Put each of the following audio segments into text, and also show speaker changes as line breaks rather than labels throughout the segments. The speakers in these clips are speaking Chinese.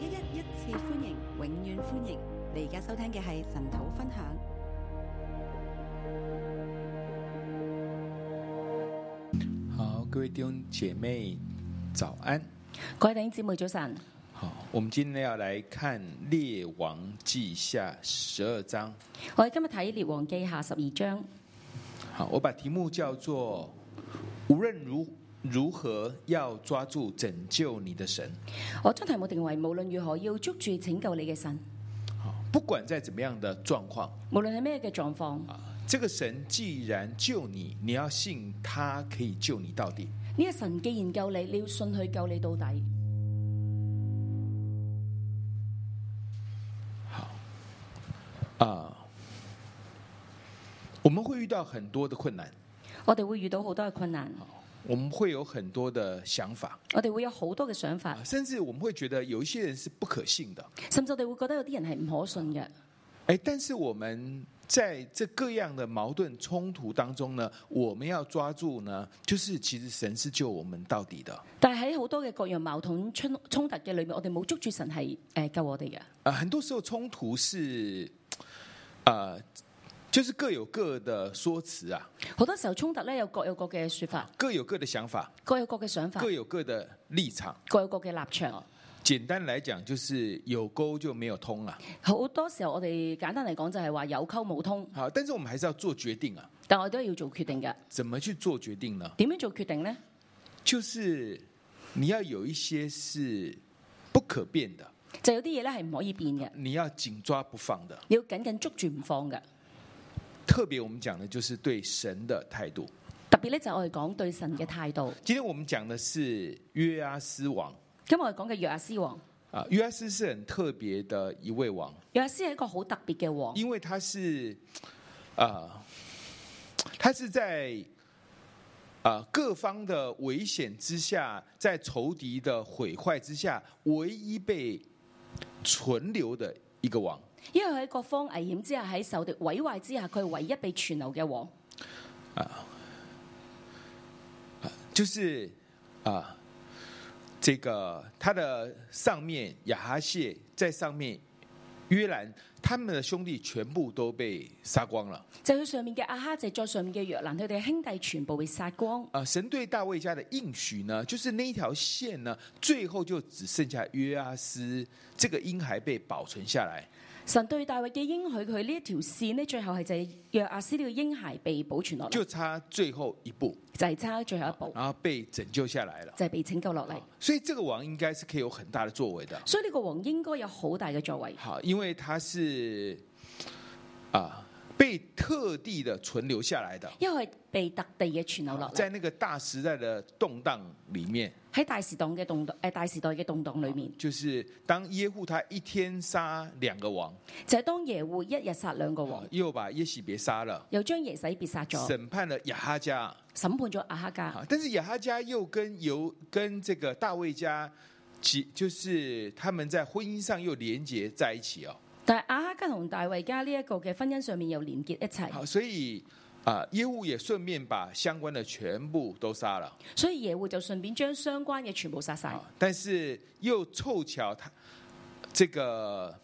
一一一次歡迎，永遠歡迎！你而家收聽嘅係神土分享。
好，各位弟兄姐妹，早安。
各位弟兄姊妹早晨，
好，我們今天要來看《列王記下》十二章。
我哋今日睇《列王記下》十二章，
好，我把題目叫做“無論如如何要抓住拯救你的神
我將題目定為無論如何要捉住拯救你嘅神，”。
好，不管在怎麼樣的狀況
無論係咩嘅狀況，呢、
啊，這個神既然救你，你要信他可以救你到底。
個神既然救你，你要信佢救你到底。
啊，我們會遇到很多的困難，
我哋會遇到好多嘅困難，
我們會有很多的想法，
我哋會有好多嘅想法
啊，，甚至我們會覺得有一些人是不可信的。
甚至我哋會覺得有啲人係唔可信嘅。
哎，但是我們在這各樣的矛盾衝突當中呢，我們要抓住呢，就是其實神是救我們到底的
但係喺好多嘅各樣矛盾衝衝突嘅裏面，我哋冇捉住神係誒救我哋嘅。
啊。很多時候衝突是，啊，就是各有各的說辭啊，
好多時候衝突咧有各有各嘅說法，
各有各的想法，
各有各嘅想法，
各有各的立場。
各有各嘅立場。
簡單來講，就是有溝就沒有通啊。
好多時候我哋簡單嚟講就係話有溝冇通，
好，但是我們還是要做決定啊。
但我哋都要做決定嘅。
怎麼去做決定呢？
點樣做決定呢？
就是你要有一些是不可變的，
就有啲嘢咧係唔可以變嘅，
你要緊抓不放的。
你要緊緊捉住唔放嘅。
特別我們講的就是對神的態度。
特別咧就係我哋講對神嘅態度。
今天我們講的是約阿斯王
今日我哋講嘅約阿斯王，
啊，約阿斯是很特別的一位王，
約阿斯係一個好特別嘅王，
因為他是啊、他是在啊、各方的危險之下，在仇敵的毀壞之下，唯一被存留的一個王。
因為佢喺各方危險之下，喺受敵毀壞之下，佢係唯一被存留嘅王。
就是啊、这个他的上面亚哈谢在上面约兰，他们的兄弟全部都被杀光了。
就佢上面嘅阿哈，就係在上面嘅約蘭，佢哋兄弟全部被殺光。
啊、神对大卫家的应许呢，就是那一条线呢，最后就只剩下约阿斯这个婴孩被保存下来。
神對大衛嘅應許，佢呢一條線呢，最後係就係約阿斯呢個嬰孩被保存落嚟，
就差最後一步，
就係差最後一步，
然後被拯救下來了。啊
就係被拯救落嚟。
所以这个王應該是可以有很大的作為的。
所以呢個王應該有好大嘅作為。
好，因為他是啊、被特地的存留下來的。
因為被特地嘅存留落
在
嚟，
那個大時代的動盪裡面，
喺大時代嘅動盪，誒大時代嘅動盪裏面，
就是當耶戶他一天殺兩個王，
就係當耶戶一日殺兩個王，
又把耶洗別殺了，
又將耶洗別殺咗，
審判了亞哈家。
審判咗阿哈家。
啊，但是亞哈家又跟猶跟這個大衛家，其就是他們在婚姻上又連結在一起哦。
但係阿哈家同大衛家呢一個嘅婚姻上面又連結一齊，
好，所以啊，耶戶也順便把相關的全部都殺了。
所以耶戶就順便將相關嘅全部殺晒。
啊，但是又凑巧他这个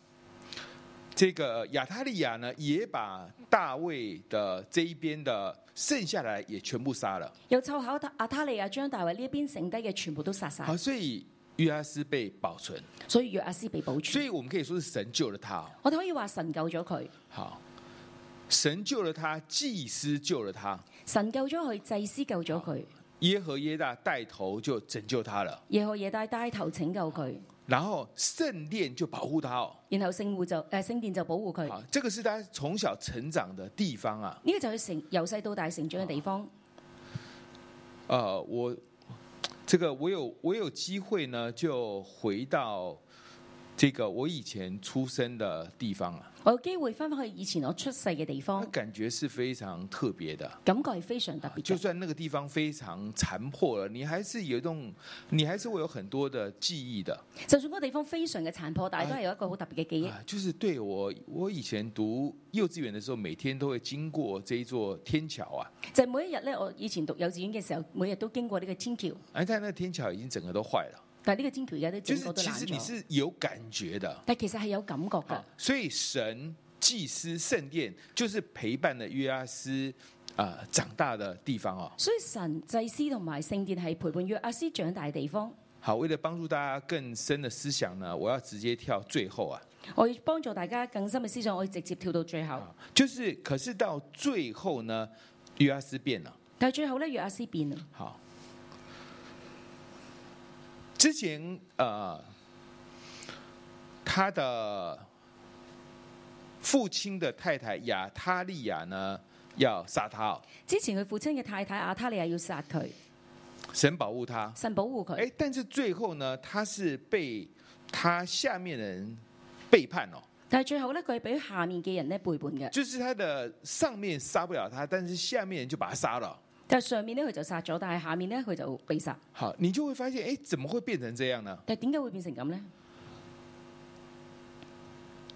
这个亚他利亚呢，也把大卫的这一边的剩下来也全部杀了。
又湊巧阿他利亞將大衛呢一邊剩低嘅全部都殺晒
好，，所以约阿斯被保存，
所以約阿斯被保
所
存。
以我們可以說是神救了他哦。
我哋可以話神救咗佢，
好，神救了他，祭司救了他，
神救咗佢，祭司救咗佢，
耶和耶大带头就拯救他了，
耶何耶大帶頭拯救佢，
然後聖殿就保護他哦。
然後聖戶就誒聖殿就保護佢。
好，這個是他從小成長的地方啊。
呢個就係佢成由細到大成長嘅地方。
呃，我这个我有我有机会呢，就回到这个我以前出生的地方啊，
我有機會翻返去以前我出世嘅地
那
方，
感覺是非常特別的。
感覺係非常特別
就
嘅。
算那個地方非常殘破了，你還是有一種，你還是會有很多的記憶的。
就算嗰個地方非常嘅殘破，但係都係有一個好特別嘅記憶。
啊，就是對我，我以前讀幼稚園的時候，每天都會經過這一座天橋啊，
就係
哎
每一日咧，我以前讀幼稚園嘅時候，每日都經過呢個天橋，
而但那天橋已經整個都壞了，
但係呢個天橋而家都
就
整
是
個都
其
爛
實你啊
咗。
是有感覺的，
但其實係有感覺㗎。
所以神祭司聖殿就是陪伴了约阿斯啊、呃长大的地方哦。
所以神祭司同埋聖殿係陪伴約阿斯長大嘅地方。
好，为了帮助大家更深的思想呢，我要直接跳最后啊，
我要幫助大家更深嘅思想，我要直接跳到最後。
啊就是可是到最后呢，约阿斯变了。
但係最後咧，約阿斯變啦。啊
好，之前呃，他的父亲的太太亚他利亚呢要杀他、哦，
之前佢父親嘅太太阿塔利亞要殺佢，
神保护他。
神保護佢。
哎，但是最后呢，他是被他下面的人背叛哦，
但係最後咧，佢係俾下面嘅人咧背叛嘅。
就是他的上面杀不了他，但是下面人就把他杀了。
但係上面咧佢就殺咗，但係下面咧佢就被殺。
好，你就会发现，哎，怎么会变成这样呢？
但係點解會變成咁呢？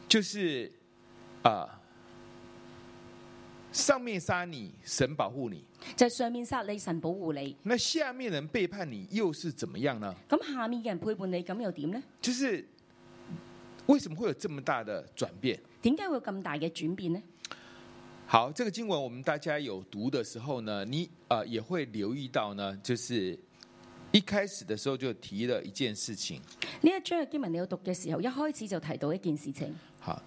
就是啊、上面杀你，神保护你；
就係上面殺你，神保護你。
那下面人背叛你，又是怎么样呢？
咁下面嘅人背叛你，咁又點呢？
就是为什么会有这么大的转变？
點解會有咁大嘅轉變呢？
好，这个经文我们大家有读的时候呢，你呃也会留意到呢，就是一开始的时候就提了一件事情。
呢一章嘅經文你有讀嘅時候，一開始就提到一件事情，
好，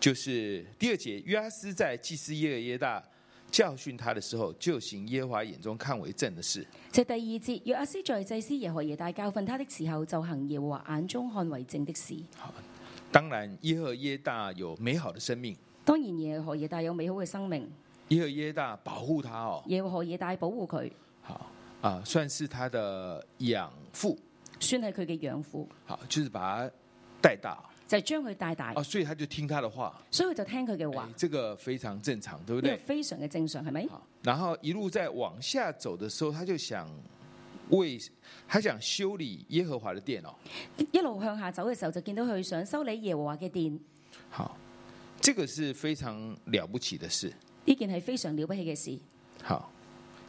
就是第二节，约阿斯在祭司耶和耶大教训他的时候，就行耶和华眼中看为正的事。
就係第二節，約阿斯在祭司耶和耶大教訓他的時候，就行耶和華眼中看為正的事。
当然，耶和耶大有美好的生命，
當然耶和耶大有美好嘅生命，
耶和耶大保护他哦，
耶和耶大保護佢，
好啊，算是他的养父，
算係佢嘅養父，
好，就是把他带大
就係將佢帶大
啊，，所以他就听他的话，
所以佢就聽佢嘅話
哎，这个非常正常，对不
呢個
对？
非常嘅正常，係咪？
好，然后一路在往下走的时候，他就想为他想修理耶和华的殿哦，
一路向下走嘅時候，就見到佢想修理耶和華嘅殿，
好，这个是非常了不起的事，
呢件係非常了不起嘅事。
好，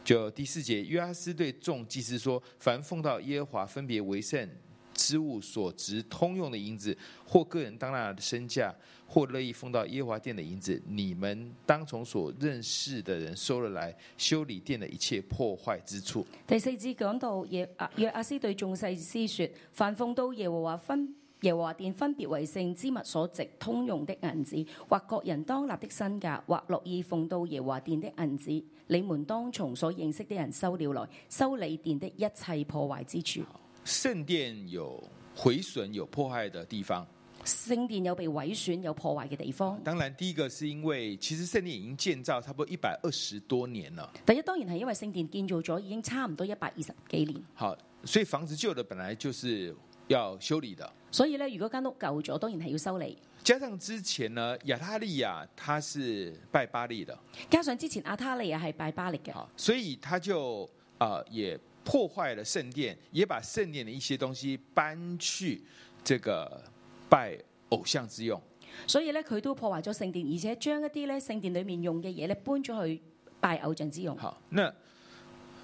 就第四节，约阿斯对众祭司说：凡奉到耶和华分别为圣之物所值通用的银子，或个人当纳的身价，或乐意奉到耶和华殿的银子，你们当从所认识的人收了来，修理殿的一切破坏之处。
第四節講到耶啊約阿斯對眾祭司說：凡奉到耶和華分耶和華殿分別為聖之物所值通用的銀子，或各人當立的身價，或樂意奉到耶和華殿的銀子，你們當從所認識的人收了來，修理殿的一切破壞之 處。
圣殿有毁损、有破坏的地方。
聖殿有被毀損、有破壞嘅地方。
当然，第一个是因为其实圣殿已经建造差不多一百二十多年了，
第一當然係因為聖殿建造咗已經差唔多一百二十幾年，
好，所以房子旧的本来就是要修理的。
所以咧，如果間屋舊咗，當然係要修理。
加上之前呢，亚他利亚他是拜巴利的，
加上之前阿塔利亞係拜巴力嘅。
好，所以他就啊、呃也破坏了圣殿，也把圣殿的一些东西搬去这个拜偶像之用。
所以咧，佢都破壞咗聖殿，而且將一啲咧聖殿裏面用嘅嘢咧搬咗去拜偶像之用，
好，那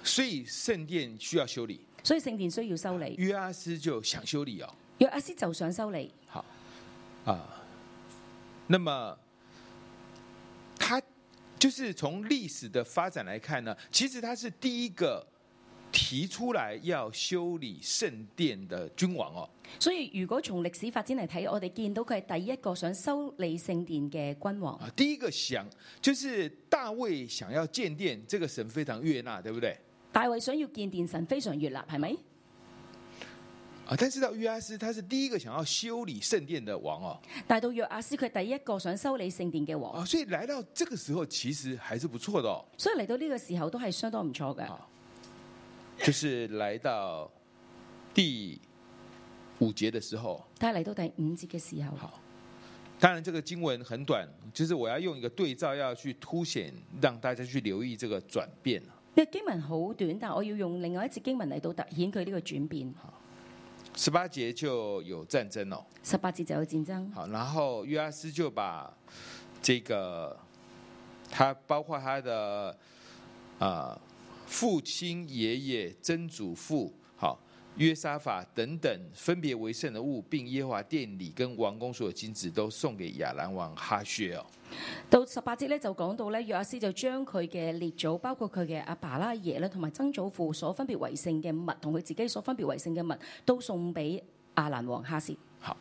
所以圣殿需要修理，
所以聖殿需要修理。
约阿斯就想修理哦，
約阿斯就想修理，
好啊、那么他就是从历史的发展来看呢，其实他是第一个提出来要修理圣殿的君王哦。
所以如果從歷史發展嚟睇，我哋見到佢係第一個想修理聖殿嘅君王。
啊，第一个想就是大卫想要建殿，这个神非常悦纳，对不对？
大衛想要建殿神非常悦納，係咪？
啊，但是到约阿斯，他是第一个想要修理圣殿的王哦。
但係到約阿斯，佢係第一個想修理聖殿嘅王，
啊，所以来到这个时候，其实还是不错的哦。
所以嚟到呢個時候都係相當唔錯嘅。
好，就是来到第五节的时候，
但係嚟到第五節嘅時候，
好，当然这个经文很短，就是我要用一个对照，要去凸显让大家去留意这个转变
呢個經文好短，但我要用另外一節經文嚟到突顯佢呢個轉變。
十八节就有战争哦，
十八節就有戰爭。
好，然后约阿斯就把这个他包括他的啊、呃父亲、爷爷、曾祖父，好，约沙法等等分别为圣的物，并耶和华殿里跟王宫所有金子都送给亚兰王哈薛哦。
到十八節咧就講到咧，約阿斯就將佢嘅列祖，包括佢嘅阿爸啦、阿爺啦，同埋曾祖父所分別為聖嘅物，同佢自己所分別為聖嘅物，都送俾亞蘭王哈薛。
好，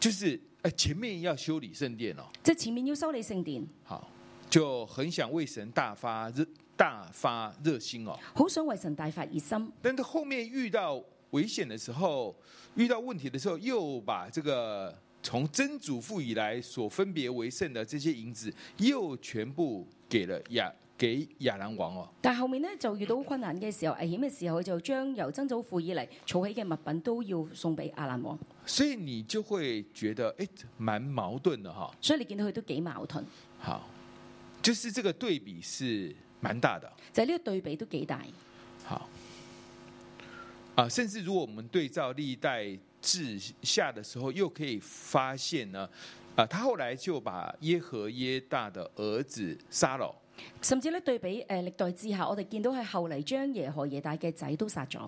就是呃前面要修理圣殿哦，
即係前面要修理聖殿，
好，就很想为神大发热大发热心哦，
好想為神大發熱心，
但是后面遇到危险的时候，遇到问题的时候，又把这个从曾祖父以来所分别为圣的这些银子，又全部给了亚给亚兰王哦。
但後面呢，就遇到困難嘅時候、危險嘅時候，佢就將由曾祖父以嚟儲起嘅物品都要送俾亞蘭王，
所以你就会觉得，哎，蛮矛盾的哈。
所以你見到佢都幾矛盾，
好，就是这个对比是蛮大的。
就係、呢個對比都幾大。
好，啊，甚至如果我们对照历代志下的时候，又可以发现呢，啊，他后来就把耶和耶大的儿子杀了。
甚至咧對比誒歷代之下，我哋見到佢後嚟將耶何耶大嘅仔都殺咗，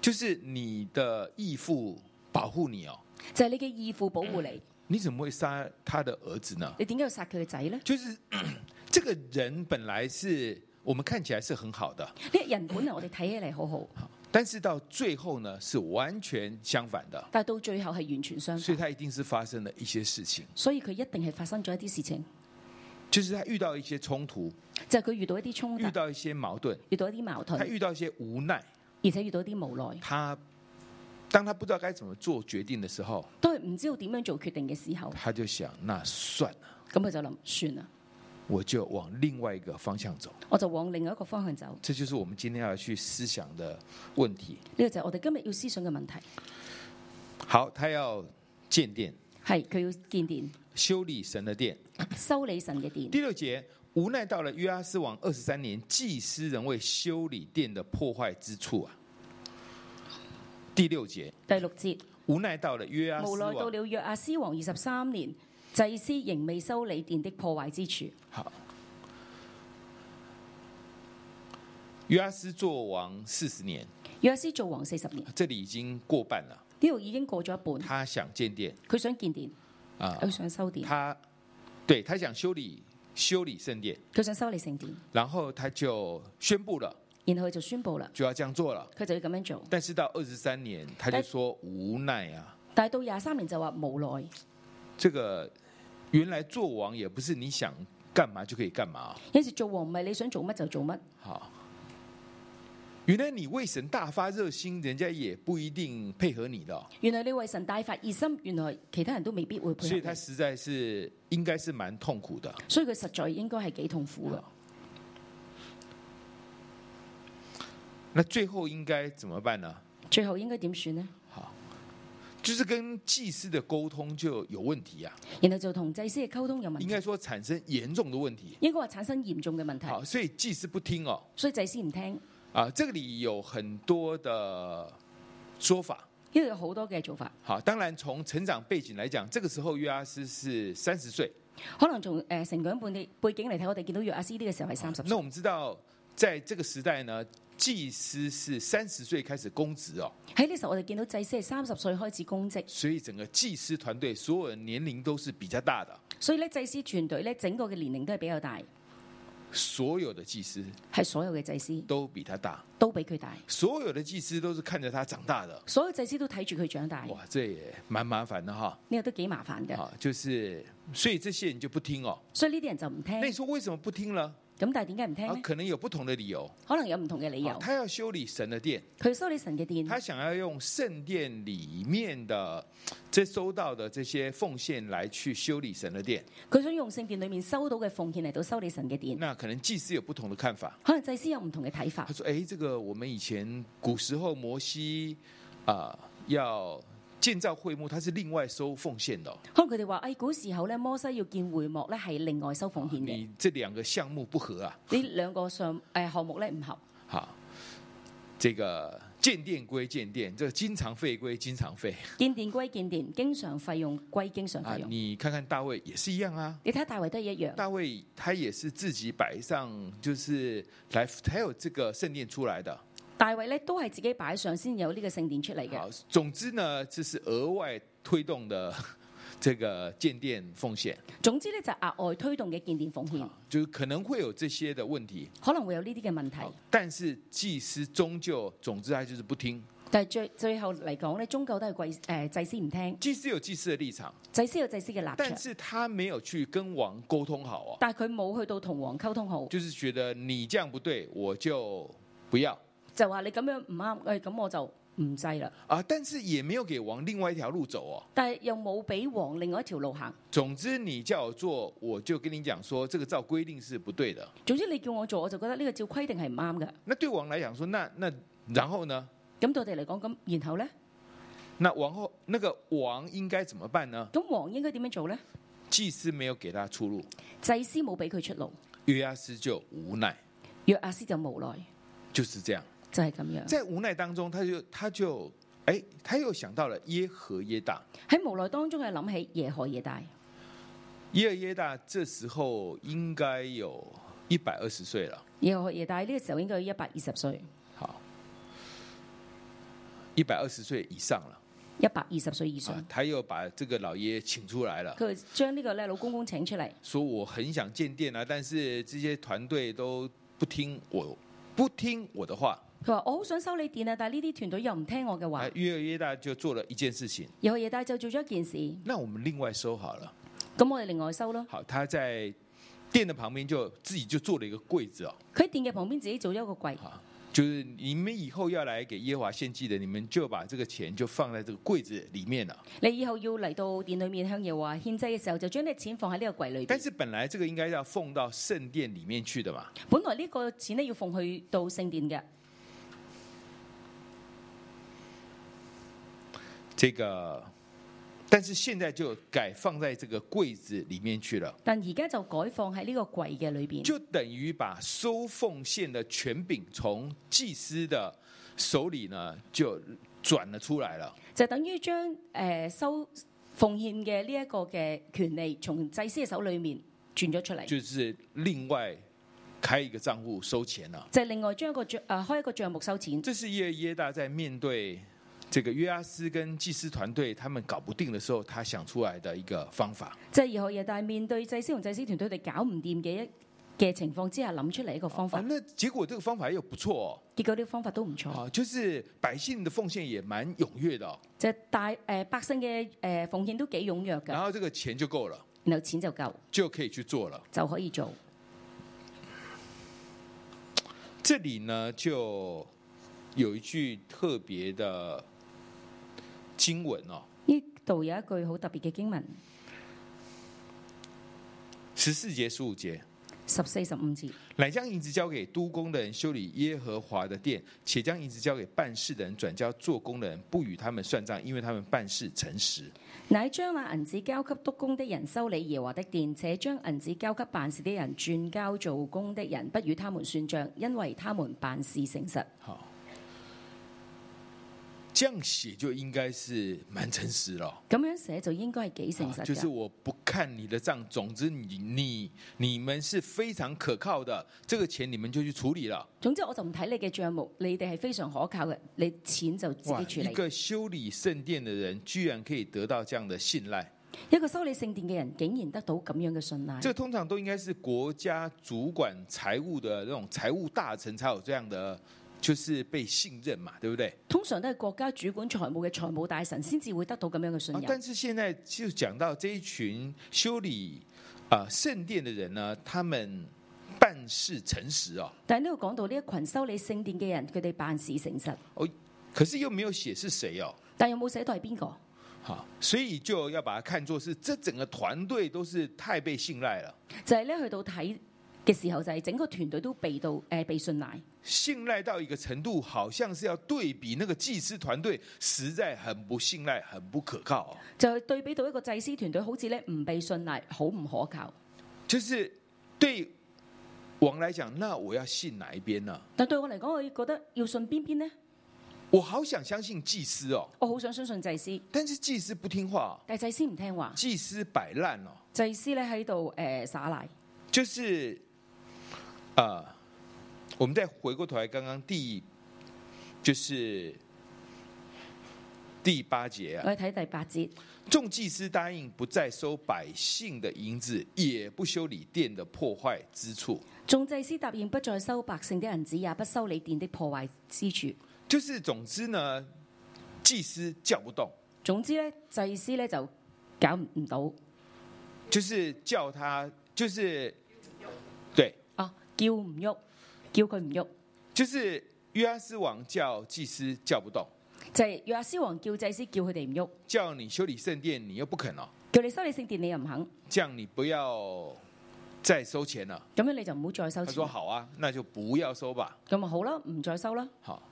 就是你的义父保护你哦，
就係、你嘅義父保護你，
你怎么会杀他的儿子呢？
你點解要殺佢嘅仔呢？
就是 这个人本来是我们看起来是很好的，
呢個人本嚟我哋睇起嚟好好，
好但是到最后呢是完全相反的，
但係到最後係完全相
所以
反，
他一定是发生了一些事情，
所以佢一定係發生咗一啲事情，
就是他遇到一些冲突，
就係、佢遇到一啲衝
遇
突，
到一些矛盾，
遇到一啲矛盾
他，遇到一些无奈，
而且遇到一啲無奈。
他当他不知道该怎么做决定的时候，
都係唔知道點樣做決定嘅時候，
他就想，那算了，
咁佢就諗算啦，
我就往另外一个方向走。
我就往另外一個方向走。呢、
这就是我们今天要去思想的问题。
個就係我哋今日要思想嘅問題，
好，他要建殿，
係佢要建殿，
修理神的殿。
修理神嘅殿。
第六节，无奈到了约阿斯王二十三年，祭司人为修理殿的破坏之处啊。第六节，
第六節，
无奈到了约阿斯
無奈到
王，
了約阿斯王二十三年，祭司仍未修理殿的破壞之處。
好，约阿斯做王四十年，
約阿斯做王四十年，
这里已经过半了。
呢度已經過咗一半，
他想建殿
佢想建殿，
啊，
佢想修殿，
他对他想修理修理圣殿，
佢想修理聖殿，
然后他就宣布了，
然後佢就宣布啦，
就要这样做了。
佢就要咁樣做。
但是到二十三年，他就说无奈啊，
但係到廿三年就話無奈，
这个原来做王也不是你想干嘛就可以干嘛啊、
有時做王唔係你想做乜就做乜。
好，原来你为神大发热心，人家也不一定配合你的哦、
原來你為神大發熱心，原來其他人都未必會配
所以
合
他
你，
实在是应该是蛮痛苦的。
所以佢實在應該係幾痛苦嘅。啊
啊那最后应该怎么办呢？
最後應該點算呢？
就是跟祭司的沟通就有问题啊，
然後就同祭司嘅溝通有問
应
題，
该说產生严重的问题。
應該話產生嚴重嘅問題，
好，所以祭司不听哦，
所以祭司唔聽。
啊，这里有很多的说法。
呢度有好多嘅做法，
好，当然从成长背景来讲，这个时候约阿斯是三十岁。
可能從誒成長背景背景嚟睇，我哋見到約阿斯呢個時候係三十
那
歲。
我们知道，在这个时代呢，祭司是三十岁开始公职哦，
喺呢時候，我哋見到祭司係三十歲開始公職，
所以整个祭司团队所有的年齡都是比较大的，
所以咧祭司團隊咧整個嘅年齡都係比較大，
所有的祭司
係所有嘅祭司
都比他大，
都比佢大，
所有的祭司都是看着他长大的。
所有祭司都睇住佢長大，呢、
哇，这也蛮麻烦的哈。
個都幾麻煩嘅。
啊，就是所以这些人就不听哦。
所以呢啲人就唔聽。
那你
咁
说为什么不听呢？
但係點解唔聽
啊
呢，？
可能有不同的理由。
可能有唔同嘅理由 Mm
啊。他要修理神的殿，
佢修理神嘅殿，
他想要用圣殿里面的这收到的这些奉献来去修理神的殿。
佢想用聖殿裏面收到嘅奉獻嚟到修理神嘅殿。
那可能祭司有不同的看法。
可能祭司有唔同嘅睇法
他，说：“哎，这个我们以前古时候摩西啊、要建造会幕，他是另外收奉献的哦、
可能佢哋話：，誒、哎古時候咧，摩西要建會幕咧，係另外收奉獻嘅。
你这兩個項目不合啊。
呢兩個上誒、項目咧唔合，
好，这个建殿归建殿，这个经常费归经常费
建殿歸建殿，經常費用歸經常
啊
費。用。
你看看大卫也是一样啊。
你睇下大衛都係一樣，
大卫他也是自己摆上，就是来才有这个圣殿出来的。
大衛咧都係自己擺上先有呢個聖殿出嚟嘅。
好，总之呢，这是额外推动的 这个建殿奉献，
總之咧就額外推動嘅建殿奉獻，
就是可能会有这些的问题。
可能會有呢啲嘅問題
好。但是祭司终究，总之他就是不听。
但係最最後嚟講咧，終究都係貴誒祭司唔聽，
祭司有祭司的立场，
祭司有祭司嘅立
但
場，
是他没有去跟王沟通好哦，
但係佢冇去到同王溝通好，
就是觉得你这样不对，我就不要
就話你咁樣唔啱，誒咁我就唔制啦。
啊。但是也没有给王另外一条路走哦。
但係又冇俾王另外一條路行。
总之，你叫我做，我就跟你讲说，这个照规定是不对的。
總之你叫我做，我就覺得呢個照規定係唔啱嘅。
那对王来讲说，那那然后呢？
咁對我哋嚟講，咁然後呢？
那王后那个王应该怎么办呢？
咁王應該點樣做呢？
祭司没有给他出路，
祭司冇俾佢出路，
约亚斯就无奈，
約阿斯就無奈，
就是这样。
就係、咁樣。
在无奈当中，他就他就哎，他又想到了耶和耶大。
喺無奈當中，佢諗起耶何耶大。
耶和耶大这时候应该有一百二十岁了，
耶何耶大呢個時候應該一百二十歲，
好，一百二十歲以上了
一百二十歲以上
啊。。他又把这个老爷请出来了，
佢將呢個咧老公公請出嚟，
说我很想建店啊，但是这些團隊都不聽我，不聽我的話。
佢話：我好想收你店啊，但係呢啲團隊又唔聽我嘅話
啊。，约尔耶大就做了一件事情，
耶何耶大就做咗一件事，
那我们另外收好了。
咁我哋另外收啦。
好，他在店的旁边就自己就做了一个柜子哦，
佢喺店嘅旁邊自己做咗一個櫃，
好，就是你们以后要来给耶和华献祭的，你们就把这个钱就放在这个柜子里面了。
你以後要嚟到店裏面向耶和華獻祭嘅時候，就將啲錢放喺呢個櫃裏
但
邊。
是本来这个应该要奉到圣殿里面去的嘛，
本來呢個錢咧要奉去到聖殿嘅，
这个，但是现在就改放在这个柜子里面去了，
但而家就改放喺呢個櫃嘅裏邊，
就等于把收奉献的权柄从祭司的手里呢就转了出来了。
就等於將誒、呃收奉獻嘅呢一個嘅權利從祭司嘅手裏面轉咗出嚟，
就是另外开一个账户收钱了、
就係另外將一個帳誒、呃、開一個帳目收錢。
这是耶耶大在面对这个约阿斯跟祭司团队他们搞不定的时候，他想出来的一个方法。
即係耶何耶大面對祭司同祭司團隊佢哋搞唔掂嘅一嘅情況之下，諗出嚟一個方
啊
法，，
那结果这个方法又不错
結果呢個方法都唔
哦，
錯，
啊，就是百姓的奉献也蛮踊跃的、哦，
就係大誒、呃百姓嘅誒、呃奉獻都幾踴躍
然
㗎，
后这个钱就够了，
然後錢就夠
就可以去做了。
就可以做。
这里呢，就有一句特别的经文哦，
呢度有一句好特別嘅經文，
十四节、十五节。
十四十五節。
乃将银子交给督工的人修理耶和华的殿，且将银子交给办事的人转交做工的人，不与他们算账，因为他们办事诚实。
乃將那銀子交給督工的人修理耶和華的殿，且將銀子交給辦事的人轉交做工的人，不與他們算帳，因為他們辦事誠實。
好，这样写就应该是蛮诚实了。
咁樣寫就應該係幾誠
啊
實
就是
嘅。
我不看你的账，总之你你你们是非常可靠的，这个钱你们就去处理了。
總之我就唔睇你嘅帳目，你哋係非常可靠嘅，你錢就自
哇，
己處
一
理。
个修理圣殿的人居然可以得到这样的信赖，
一個修理聖殿嘅人竟然得到咁樣嘅信賴，
这通常都应该是国家主管财务的那种财务大臣才有这样的，就是被信任嘛，对不对？
通常都係國家主管財務嘅財務大臣先至會得到咁樣嘅信
啊，
任。
但是现在就讲到这一群修理啊圣、殿的人呢，他们办事诚实哦，
但係呢度講到呢一群修理聖殿嘅人，佢哋辦事誠實，
可是又沒有寫是谁哦，
但有冇寫到係邊個？
好，所以就要把它看作是这整个团队都是太被信赖了，
就係咧去到睇嘅時候，就係整個團隊都被到誒、呃被信賴，
信赖到一个程度，好像是要对比那个祭司团队，实在很不信赖，很不可靠、哦。
就係對比到一個祭司團隊好似咧唔被信賴，好唔可靠。
就是对王来讲，那我要信哪一边呢？
但對我嚟講，我覺得要信邊邊呢？
我好想相信祭司哦，
我好想相信祭司，
但是祭司不听话、哦
但係祭司唔聽話，
祭司摆烂哦，
祭司咧喺度誒耍賴。
就是啊、呃我们再回过头来，刚刚第就是第八节啊，
我哋睇第八節，
众祭司答应不再收百姓的银子，也不修理殿的破坏之处。
眾祭司答應不再收百姓的銀子，也不修理殿的破壞之處。
就是总之呢，祭司叫不动，
總之咧，祭司咧就搞唔到
就是叫他，就是对，
啊，叫唔喐，叫佢唔喐，
就是约阿斯王叫祭司叫不动，
就係約阿斯王叫祭司叫佢哋唔喐，
叫你修理圣殿，你又不肯哦，
叫你修理聖殿你又唔肯，
这样你不要再收钱了。
咁樣你就唔好再收
他说
錢。
好啊，那就不要收吧。
咁啊好啦，唔再收啦。
好，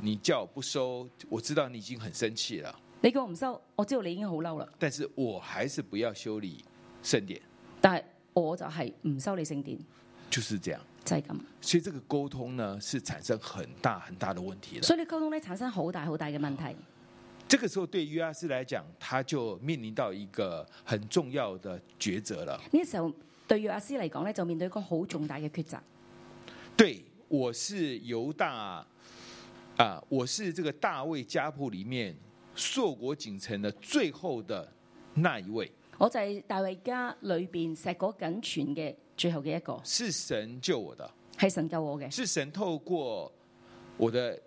你叫我不收，我知道你已经很生气了，
你叫我唔收，我知道你已經好嬲啦，
但是我还是不要修理圣殿，
但係我就係唔收你聖殿，
就是这样。
就係咁。
所以这个沟通呢，是产生很大很大的问题的。
所以你溝通咧產生好大好大嘅問題。
这个时候，对约阿斯来讲，他就面临到一个很重要的抉择了。
呢時候對約阿斯嚟講咧，就面對一個好重大嘅抉擇。
对，我是犹大啊、我是这个大卫家谱里面硕果仅存的最后的那一位，
我就係大衛家裏邊石果僅存嘅最後嘅一個，
是神救我的，
係神救我嘅，
是神透过我的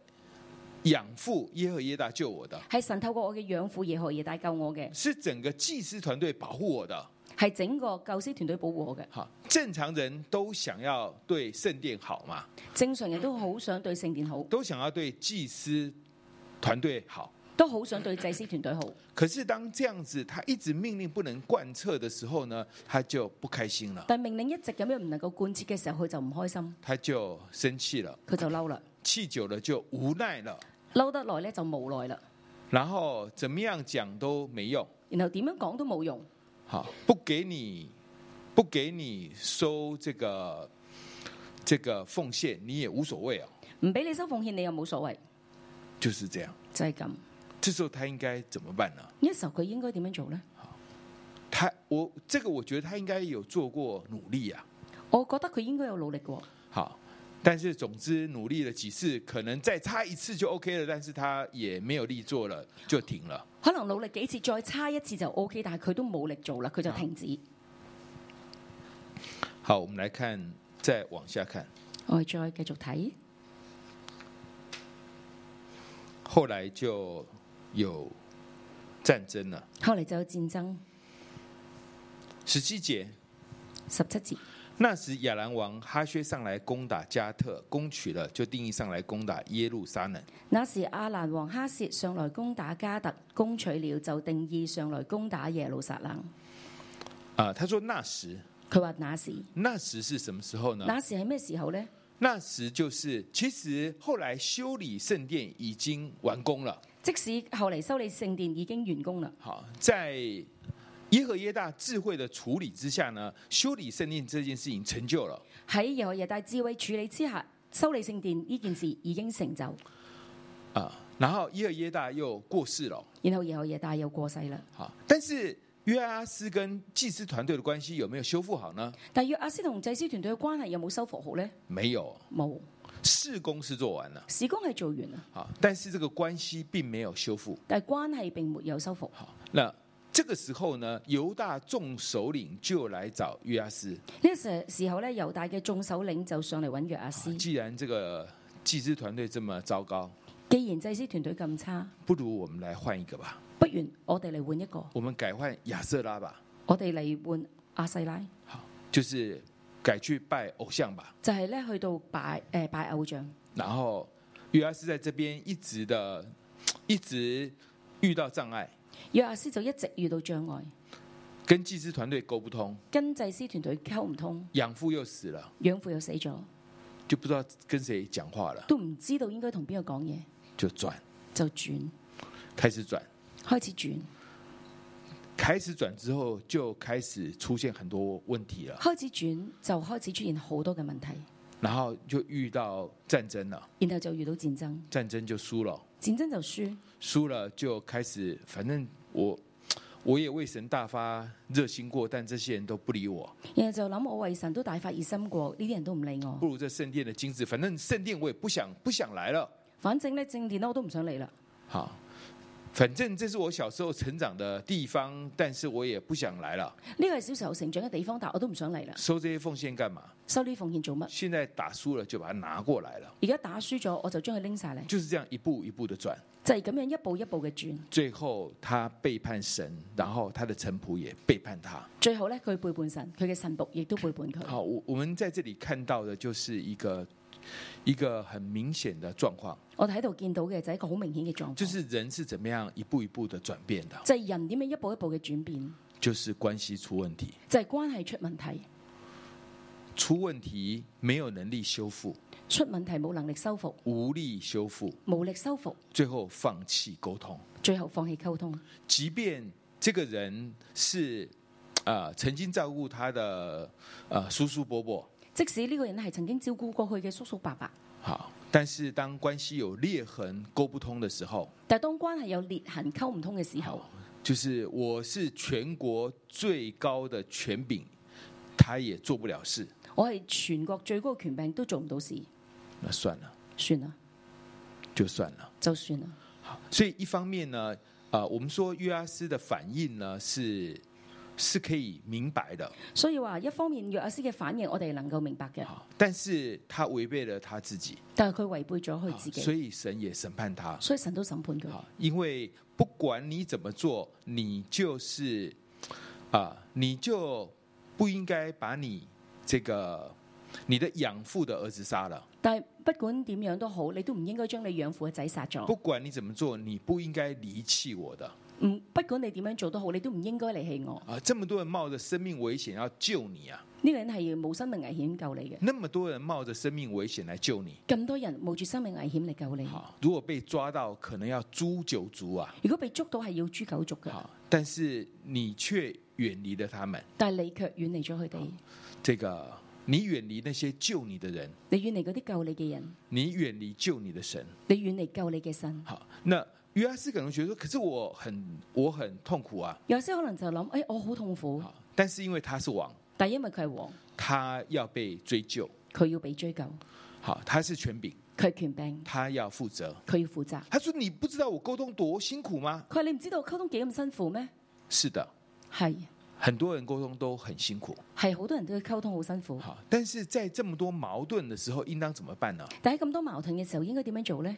养父耶和耶大救我的，
係神透過我嘅養父耶何耶大救我嘅，
是整个祭司团队保護我的。
係整個救師團隊保護我嘅。
好，正常人都想要对圣殿好嘛，
正常人都好想對聖殿好，
都想要对祭司团队好。
都好想對祭師團隊好。
可是当这样子，他一直命令不能贯彻的时候呢，他就不开心了，
但命令一直咁樣唔能夠貫徹嘅時候，佢就唔開心，
他就生氣了，
佢就嬲啦。
氣久了就无奈了，
嬲得耐咧就無奈啦。
然后怎么样讲都没用。
然後點樣講都冇用，
好，不给你，不给你收这个这个奉献，你也无所谓哦，
唔俾你收奉獻你又冇所謂，
就是这样。
就係咁。
这时候他应该怎么办呢？
呢時候佢應該點樣做呢？
他我这个我觉得他应该有做过努力啊。
我覺得佢應該有努力嘅喎。
好，但是总之努力了几次，可能再差一次就 OK 了，但是他也没有力做了，就停了。
可能努力幾次，再差一次就 O、k 但係佢都冇力做啦，佢就停止。
好，我们来看，再往下看，
我哋再繼續睇，
后来就有战争了。
後嚟就有戰爭。
十七节，
十七節，
那时亚兰王哈薛上来攻打加特，攻取了，就定义上来攻打耶路撒冷。
那時阿蘭王哈薛上來攻打加特，攻取了就定義上來攻打耶路撒冷。
啊、他说那时，
佢話那時，
那时是什么时候呢？
那時係咩時候呢？
那时就是，其实后来修理圣殿已经完工了。
即使後嚟修理聖殿已經完工啦，
好，在耶和耶大智慧的处理之下呢，修理圣殿这件事情成就了。
喺耶和耶大智慧處理之下，修理聖殿呢件事已經成就。
啊，然后耶和耶大又过世了。
然後耶和耶大又過世啦，
好，但是约阿斯跟祭司团队的关系有没有修复好呢？
但約阿斯同祭司團隊嘅關係有冇修復好呢？
没有，
冇，
事工是做完了。
事工係做完啦。
好，但是这个关系并没有修复。
但係關係並沒有修復。
好，那这个时候呢，犹大众首领就来找约阿斯。
呢時時候咧，猶大嘅眾首領就上嚟揾約阿斯。
啊既然这个祭司团队这么糟糕，
既然祭司團隊咁差，
不如我们来换一个吧，
不如我哋嚟換一個，
我们改换亚瑟拉吧。
我哋嚟換阿細拉，
好，就是改去拜偶像吧。
就係、呢咧去到拜誒、呃拜偶像。
然后约阿斯在这边一直的，一直遇到障碍，
約阿斯就一直遇到障礙，
跟祭司團隊溝不通，
跟祭司團隊溝唔通，
养父又死了，
養父又死咗，
就不知道跟誰講話了，
都唔知道應該同邊個講嘢，
就轉，
就轉
開始轉，
開始轉，
開始轉之後就開始出現很多問題了，
開始轉就開始出現好多嘅問題，
然後就遇到戰爭了，
然後就遇到戰爭，
戰爭就輸了，
戰爭就輸，
輸了就開始，反正我我也為神大發熱心過，但這些人都不理我，
然後就諗我為神都大發熱心過，呢啲人都唔理我。
不如這聖殿的金子，反正聖殿我也不想不想來了，
反正咧正殿咧我都唔想嚟啦。
好，反正这是我小时候成长的地方，但是我也不想来了。
呢個係小時候成長嘅地方，但我都唔想嚟啦。
收这些奉献干嘛？
收呢啲奉獻做乜？
现在打输了就把它拿过来了，
而家打輸咗，我就將佢拎晒嚟，
就是这样一步一步的转。
就係咁樣一步一步嘅轉。
最后他背叛神，然后他的臣仆也背叛他。
最後咧，佢背叛神，佢嘅神仆亦都背叛佢。
好，我我们在这里看到的就是一个一个很明显的状况，
我哋喺度見到嘅就係一個好明顯嘅狀況，
就是人是怎么样一步一步的转变的，
就係人點樣一步一步嘅轉變，
就是关系出问题，
就係關係出問題，
出问题没有能力修复，
出問題冇能力修復，
无力修复，
無力修復，
最后放弃沟通。
最後放棄溝通。
即便这个人是呃曾经照顾他的呃叔叔伯伯，
即使呢個人係曾經照顧過佢嘅叔叔伯伯，
好，但是当关系有裂痕、沟不通的时候，
但係當關係有裂痕溝唔通嘅時候
好，，就是我是全国最高的权柄，他也做不了事，
我係全國最高嘅權柄都做唔到事，
那算了，
算啦，
就算了。
就算啦。
好，所以一方面呢，啊，我们说约阿斯的反应呢是是可以明白的，
所以話一方面約阿斯嘅反應，我哋能夠明白嘅，
好，但是他违背了他自己，
但係佢違背咗佢
好
自
所
己，
以神也审判他。
所以神都審判佢。
好，因为不管你怎么做，你就是啊，你就不应该把你这个你的养父的儿子杀了。
但係不管點樣都好，你都唔應該將你養父嘅仔殺咗
不。管你怎么做，你不应该离弃我的
唔不管你點樣做都好，你都唔應該離棄我。
啊！这么多人冒着生命危险要救你啊，
呢、個人係冇生命危險救你嘅，
那么多人冒着生命危险来救你。
咁多人冒住生命危險嚟救你。
好，如果被抓到，可能要诛九族啊。
如果被捉到係要诛九族嘅，
好，但是你却远离了他们。
但係你卻遠離咗佢哋，
这个，你遠離那些救你的人，
你遠離嗰啲救你嘅人，
你遠離救你的神。
你遠離救你嘅神。
好，那约阿斯可能觉得说，可是我很我很痛苦啊。
有些可能就諗，誒、我好痛苦，
好，但是因为他是王，
但係因為佢係王，
他要被追究。
佢要被追究，
好，他是权柄，
佢係權柄，
他要负责。
佢要負責。
他说：“你不知道我沟通多辛苦吗
佢話：你唔知道溝通幾咁辛苦咩？？”
是的，
係
很多人沟通都很辛苦。
係好多人都要溝通好辛苦，
好，但是在这么多矛盾的时候，應當怎麼辦呢？
但喺咁多矛盾嘅時候，應該點樣做呢？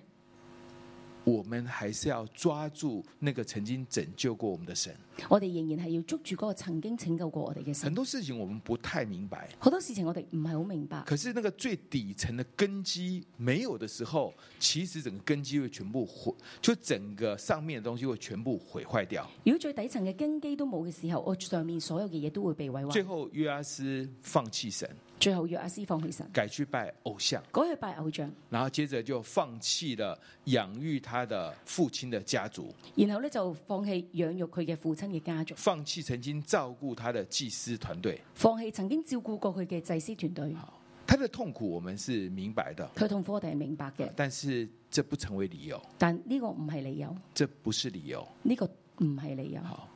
我們還是要抓住那個曾經拯救過我們的神。
我哋仍然係要捉住嗰個曾經拯救過我哋嘅
很
神。
多事情我們不太明白，
好多事情我哋唔係好明白，
可是那個最底層的根基沒有的時候，其實整個根基會全部毀，就整個上面的東西會全部毀壞掉。
如果最底層嘅根基都冇嘅時候，我上面所有嘅嘢都會被毀
最
壞。
後約阿斯放棄神，
最後約阿斯放棄神，
改去拜偶像。
改去拜偶像，
然后接着就放弃了养育他的父亲的家族，
然後咧就放棄養育佢嘅父親嘅家族，
放弃曾经照顾他的祭司团队。
放棄曾經照顧過佢嘅祭司團隊。
好，他的痛苦我们是明白的，
佢痛苦我哋係明白嘅，
但是这不成为理由，
但呢個唔係理由，
这不是理由。
呢、個唔係理由。
好，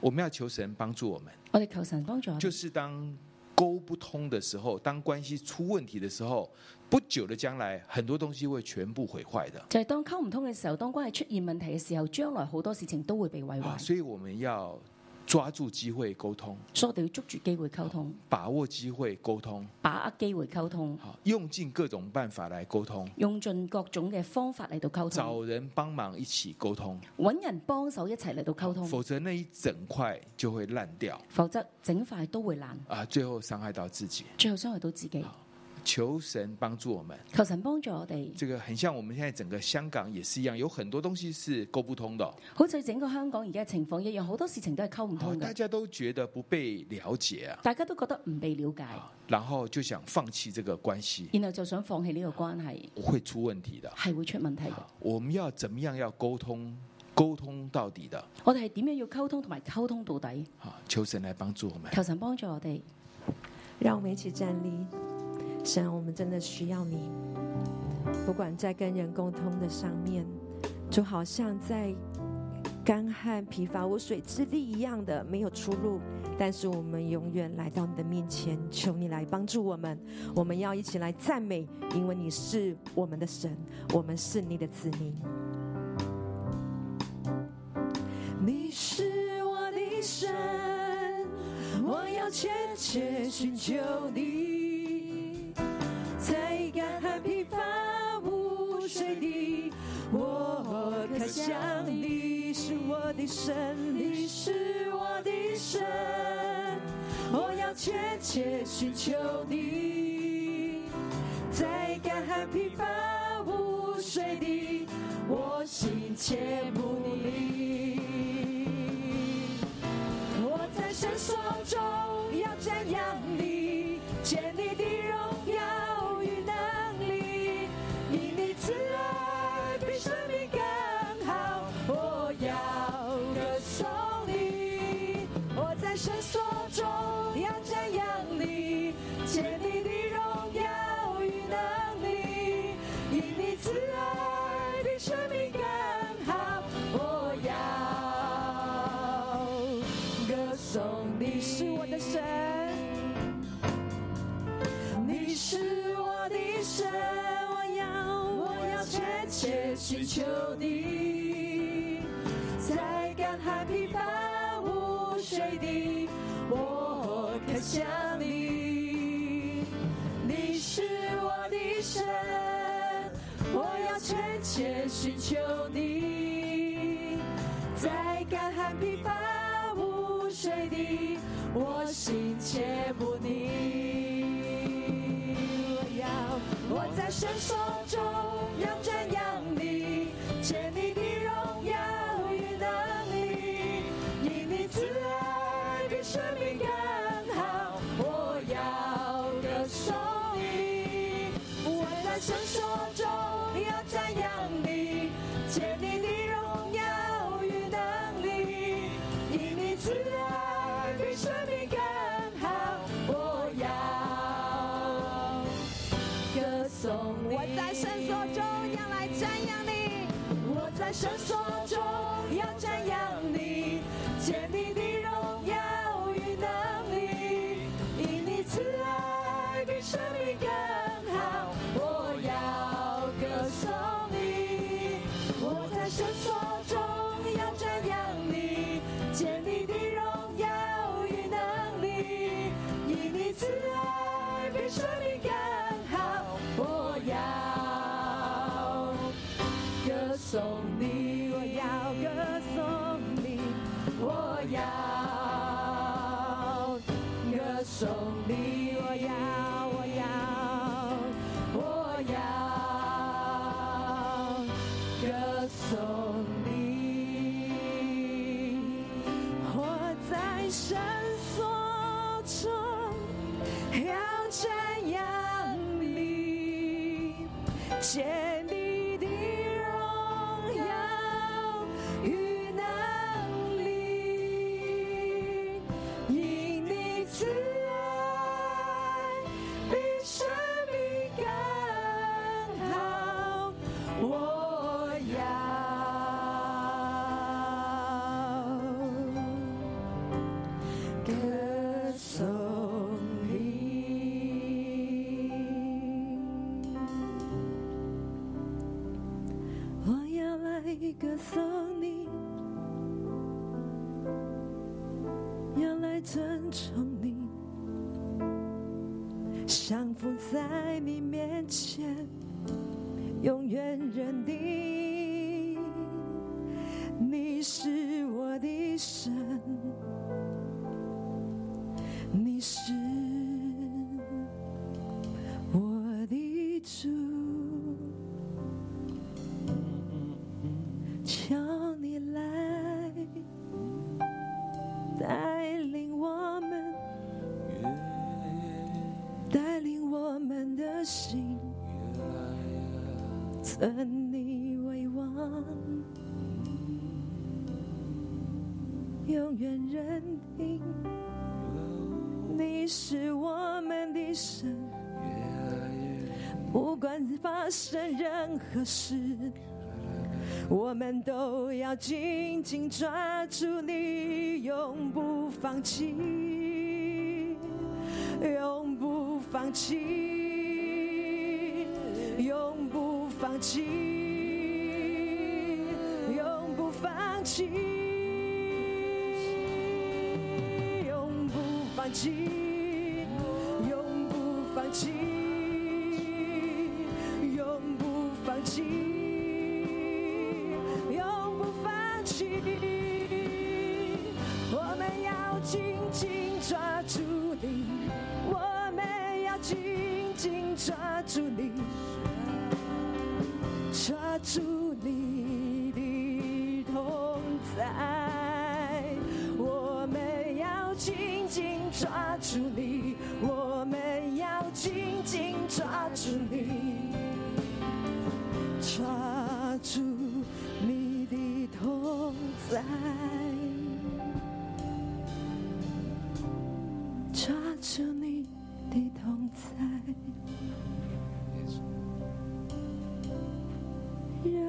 我们要求神帮助我们，
我哋求神幫助我哋
就是当沟不通的时候，当关系出问题的时候，不久的将来很多东西会全部毁坏的。
就係當溝唔通嘅時候，當關係出現問題嘅時候，將來好多事情都會被毀
好，
壞，
啊所以我们要抓住机会沟通，
所以我哋要捉住機會溝通，
把握机会沟通。
把握機會溝通，
好，用尽各种办法来沟通，
用盡各種嘅方法嚟到溝通，
找人帮忙一起沟通，
揾人幫手一齊嚟到溝通，
啊否則那一整块就会烂掉
否則整塊都會爛，
啊，最后伤害到自己。
最後傷害到自己。
啊求神帮助我们，
求神幫助我哋，
这个很像我们现在整个香港也是一样，有很多东西是沟不通的哦、
好似整個香港而家嘅情況一樣，好多事情都係溝唔
啊
通
大
嘅，
家都觉得不被了解啊，
大家都覺得唔被了解，
啊然后就想放弃这个关系，
然後就想放棄呢個關係，
会出问题的。
係會出問題嘅。
我们要怎么样要沟通，沟通到底的
我哋係點樣要溝通同埋溝通到底？
啊，求神来帮助我们。
求神幫助我哋。
让我们一起站立。神啊，我们真的需要你，不管在跟人沟通的上面，就好像在干旱、疲乏、无水之地一样的没有出路。但是我们永远来到你的面前，求你来帮助我们。我们要一起来赞美，因为你是我们的神，我们是你的子民。你是我的神，我要切切寻求你，在干旱疲乏无水地，我可想你是我的神，你是我的神，我要切切寻求你，在干旱疲乏无水地，我心切慕你。我在神手中要瞻仰你，见你的荣耀与能力，因你慈爱比生命更好，我要歌颂你。我在神所中要瞻仰你，见你的荣耀与能力，因你慈爱比生命更好，我要。歌颂你是我的神，你是我的神，我要我要切切寻求你，在干旱疲乏无水地，我可想你，你是我的神，我要切切寻求你。在干旱疲乏无水地，我心切慕你。我要我在神手中要瞻仰你，见你的荣耀与能力，因你慈爱比生命更好，我要歌颂你。我在神手中要瞻仰你，见你的荣耀与能力，因你慈爱比生命更好，我要歌颂你。我在神所中要来瞻仰你，我在神所中要瞻仰你，见你的荣耀与能力，因你慈爱比生命更好，我要歌颂你。我在神所中要瞻仰你，见你的荣耀与能力，因你慈爱比生命更好，我要。歌颂你，我要歌颂你，我要歌颂你，我要，我要，我要歌颂你。我在神所中要瞻仰你。见你的荣耀与能力，因你慈爱比生命更好，我要歌颂你。我要来歌颂你，要来尊崇你，降服在你面前，永远认定你是我的神，你是我的主。求你来带领我们，带领我们的心，尊你为王，永远认定你是我们的神，不管发生任何事。我们都要紧紧抓住你，永不放弃，永不放弃，永不放弃，永不放弃，永不放弃，永不放弃，永不放弃，永不放弃。我们要紧紧抓住你，我们要紧紧抓住你，抓住你的同在。我们要紧紧抓住你，我们要紧紧抓住你。抓住你的同在，抓住你的同在，让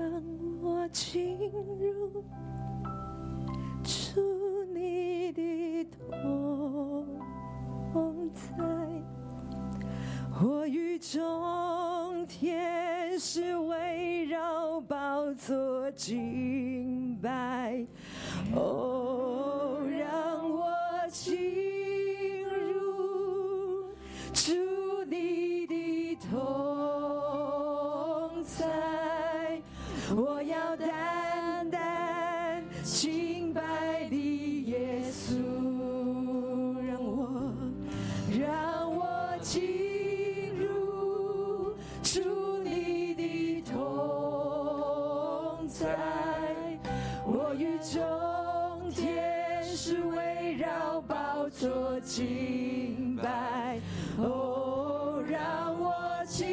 我进入主你的同在。我与众天使围绕宝座敬拜，哦，让我进入主你的同在，我要单单敬拜的耶稣，让我让我进入主你的同在，我与众天使围绕宝座敬拜。哦，让我进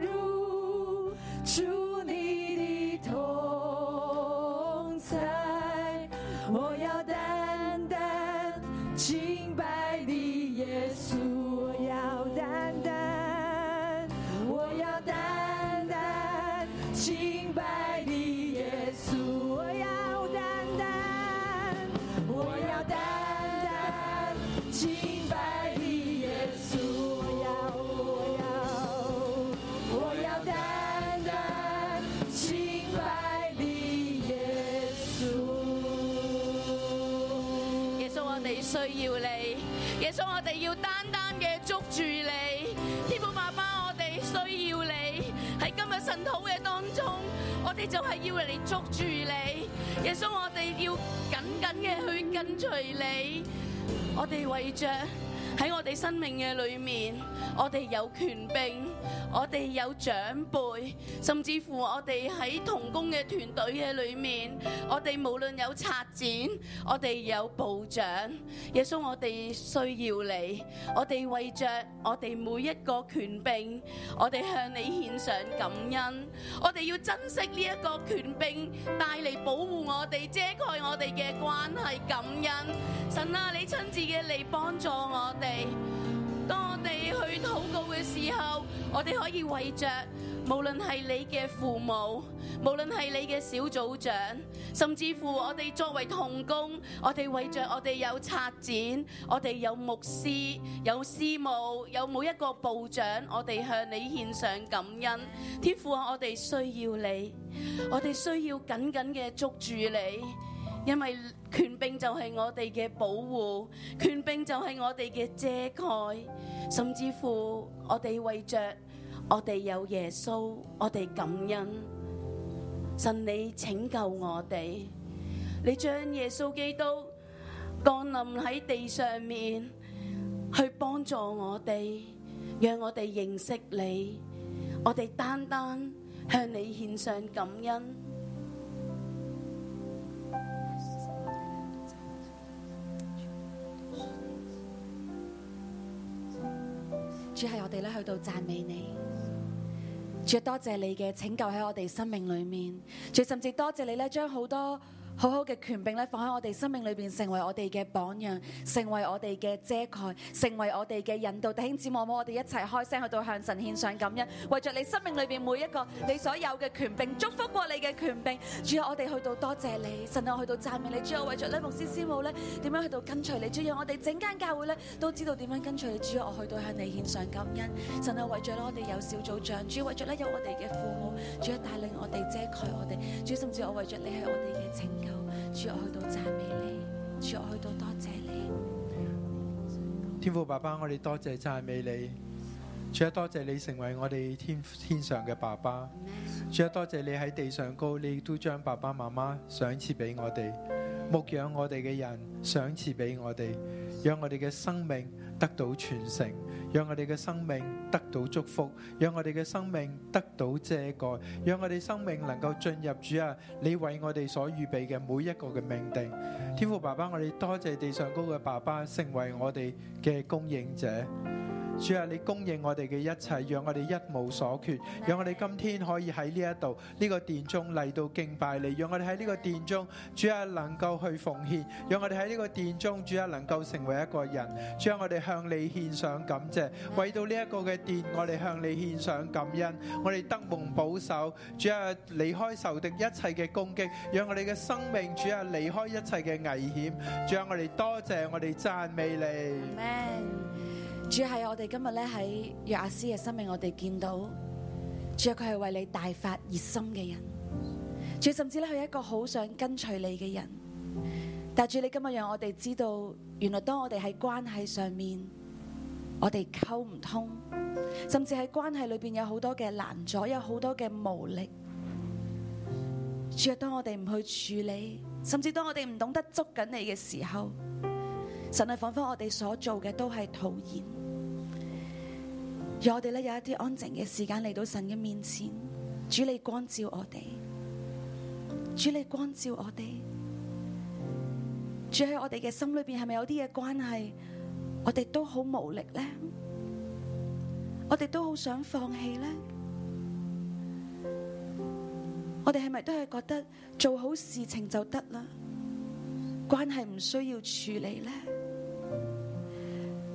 入主你的同在，我要单单敬拜你，耶稣，我要单单，我要单单敬拜你，耶稣，我要单单，我要单单敬拜你，耶稣，我要，我要，我要单单敬拜你，耶稣。
耶稣，我哋需要你。耶稣，我哋要單單嘅捉住你。天父爸爸，我哋需要你。喺今日神土嘅當中，我哋就係要嚟捉住你。耶穌，我哋要緊緊嘅去跟隨你。我哋為着喺我哋生命嘅裏面，我哋有權柄，我哋有長輩，甚至乎我哋喺童工嘅團隊嘅裏面，我哋無論有策展，我哋有部長，耶穌，我哋需要你，我哋為着我哋每一個權柄，我哋向你獻上感恩，我哋要珍惜呢一個權柄帶嚟保護我哋、遮蓋我哋嘅關係感恩。神啊，你親自嘅嚟幫助我哋。當我哋去禱告嘅時候，我哋可以為着無論係你嘅父母，無論係你嘅小組長，甚至乎我哋作為童工，我哋為着我哋有策展，我哋有牧師、有師母、有每一個部長，我哋向你獻上感恩。天父啊，我哋需要你，我哋需要緊緊嘅捉住你。因為權柄就係我哋嘅保護，權柄就係我哋嘅遮蓋，甚至乎我哋為着我哋有耶穌，我哋感恩。神你拯救我哋，你將耶穌基督降臨喺地上面，去幫助我哋，讓我哋認識你，我哋單單向你獻上感恩。
主系我哋咧去到赞美你。主多谢你嘅拯救喺我哋生命里面，主甚至多谢你咧将好多好好嘅權柄咧，放喺我哋生命裏邊，成為我哋嘅榜樣，成為我哋嘅遮蓋，成為我哋嘅引導。弟兄姊妹，好唔好我哋一齊開聲去到向神獻上感恩，為着你生命裏邊每一個你所有嘅權柄，祝福過你嘅權柄。主啊，我哋去到多謝你，神啊，我去到讚美你。主啊，為着咧牧師師母咧點樣去到跟隨你，主啊，我哋整間教會咧都知道點樣跟隨你。主啊，我去到向你獻上感恩。神啊，為着咧我哋有小組長，主啊為着咧有我哋嘅父母，主啊帶領我哋遮蓋我哋，主啊甚至我為着你係我哋嘅拯救。主啊我去到讚美你，主啊我去到多謝你，
天父爸爸，我哋多謝讚美你。主啊，多謝你成為我哋天天上嘅爸爸。主啊，多謝你喺地上高，你都將爸爸媽媽賞賜俾我哋，牧養我哋嘅人賞賜俾我哋，讓我哋嘅生命得到傳承，讓我哋嘅生命得到祝福，讓我哋嘅生命得到遮蓋，讓我哋生命能夠進入主啊，你為我哋所預備嘅每一個嘅命定。天父爸爸，我哋多謝地上高嘅爸爸，成為我哋嘅供應者。主啊，你供應我哋嘅一切，讓我哋一無所缺，讓我哋今天可以喺呢一度呢個殿中嚟到敬拜你，讓我哋喺呢個殿中，主啊能夠去奉獻，讓我哋喺呢個殿中，主啊能夠成為一個人，主啊我哋向你獻上感謝，為到呢一個嘅殿，我哋向你獻上感恩，我哋得蒙保守，主啊離開仇敵一切嘅攻擊，讓我哋嘅生命，主啊離開一切嘅危險，主啊我哋多謝我哋讚美你。
主啊係我哋今日咧喺約阿斯嘅生命，我哋見到主啊佢係為你大發熱心嘅人，主啊甚至咧佢係一個好想跟隨你嘅人。但主你今日讓我哋知道，原來當我哋喺關係上面，我哋溝唔通，甚至喺關係裏邊有好多嘅難阻，有好多嘅無力。主啊，當我哋唔去處理，甚至當我哋唔懂得捉緊你嘅時候，神啊，仿佛我哋所做嘅都係徒然。讓我哋咧有一啲安靜嘅時間嚟到神嘅面前，主你光照我哋，主你光照我哋，主喺我哋嘅心裏邊係咪有啲嘅關係，我哋都好無力呢？我哋都好想放棄呢？我哋係咪都係覺得做好事情就得啦？關係唔需要處理呢？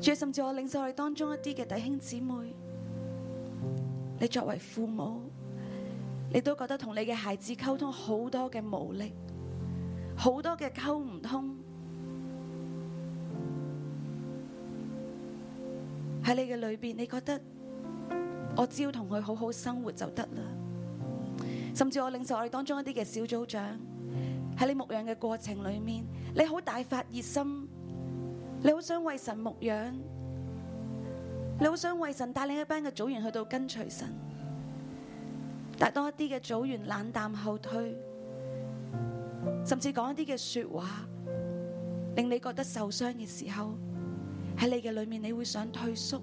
主，甚至我領受我哋當中一啲嘅弟兄姊妹，你作為父母，你都覺得同你嘅孩子溝通好多嘅無力，好多嘅溝唔通。喺你嘅裏邊，你覺得我只要同佢好好生活就得啦。甚至我領受我哋當中一啲嘅小組長。喺你牧養嘅過程裏面，你好大發熱心，你好想為神牧養，你好想為神帶領一班嘅組員去到跟隨神。但當一啲嘅組員冷淡後退，甚至講一啲嘅說話，令你覺得受傷嘅時候，喺你嘅裏面，你會想退縮，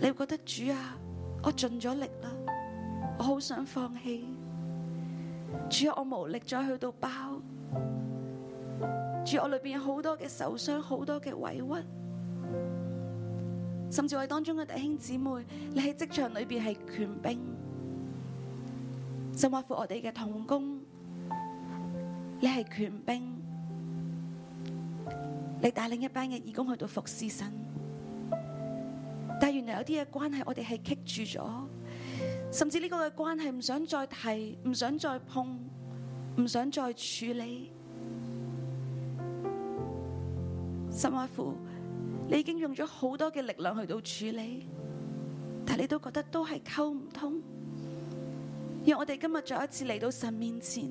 你會覺得主啊，我盡咗力啦，我好想放棄。主啊，我無力再去到包。主啊，我裏邊有好多嘅受傷，好多嘅委屈，甚至我哋當中嘅弟兄姊妹，你喺職場裏邊係權柄，甚或乎我哋嘅同工，你係權柄，你帶領一班嘅義工去到服侍神，但係原來有啲嘅關係，我哋係棘住咗。甚至呢個嘅關係唔想再提，唔想再碰，唔想再處理，甚或乎你已經用咗好多嘅力量去到處理，但你都覺得都係溝唔通。讓我哋今日再一次嚟到神面前，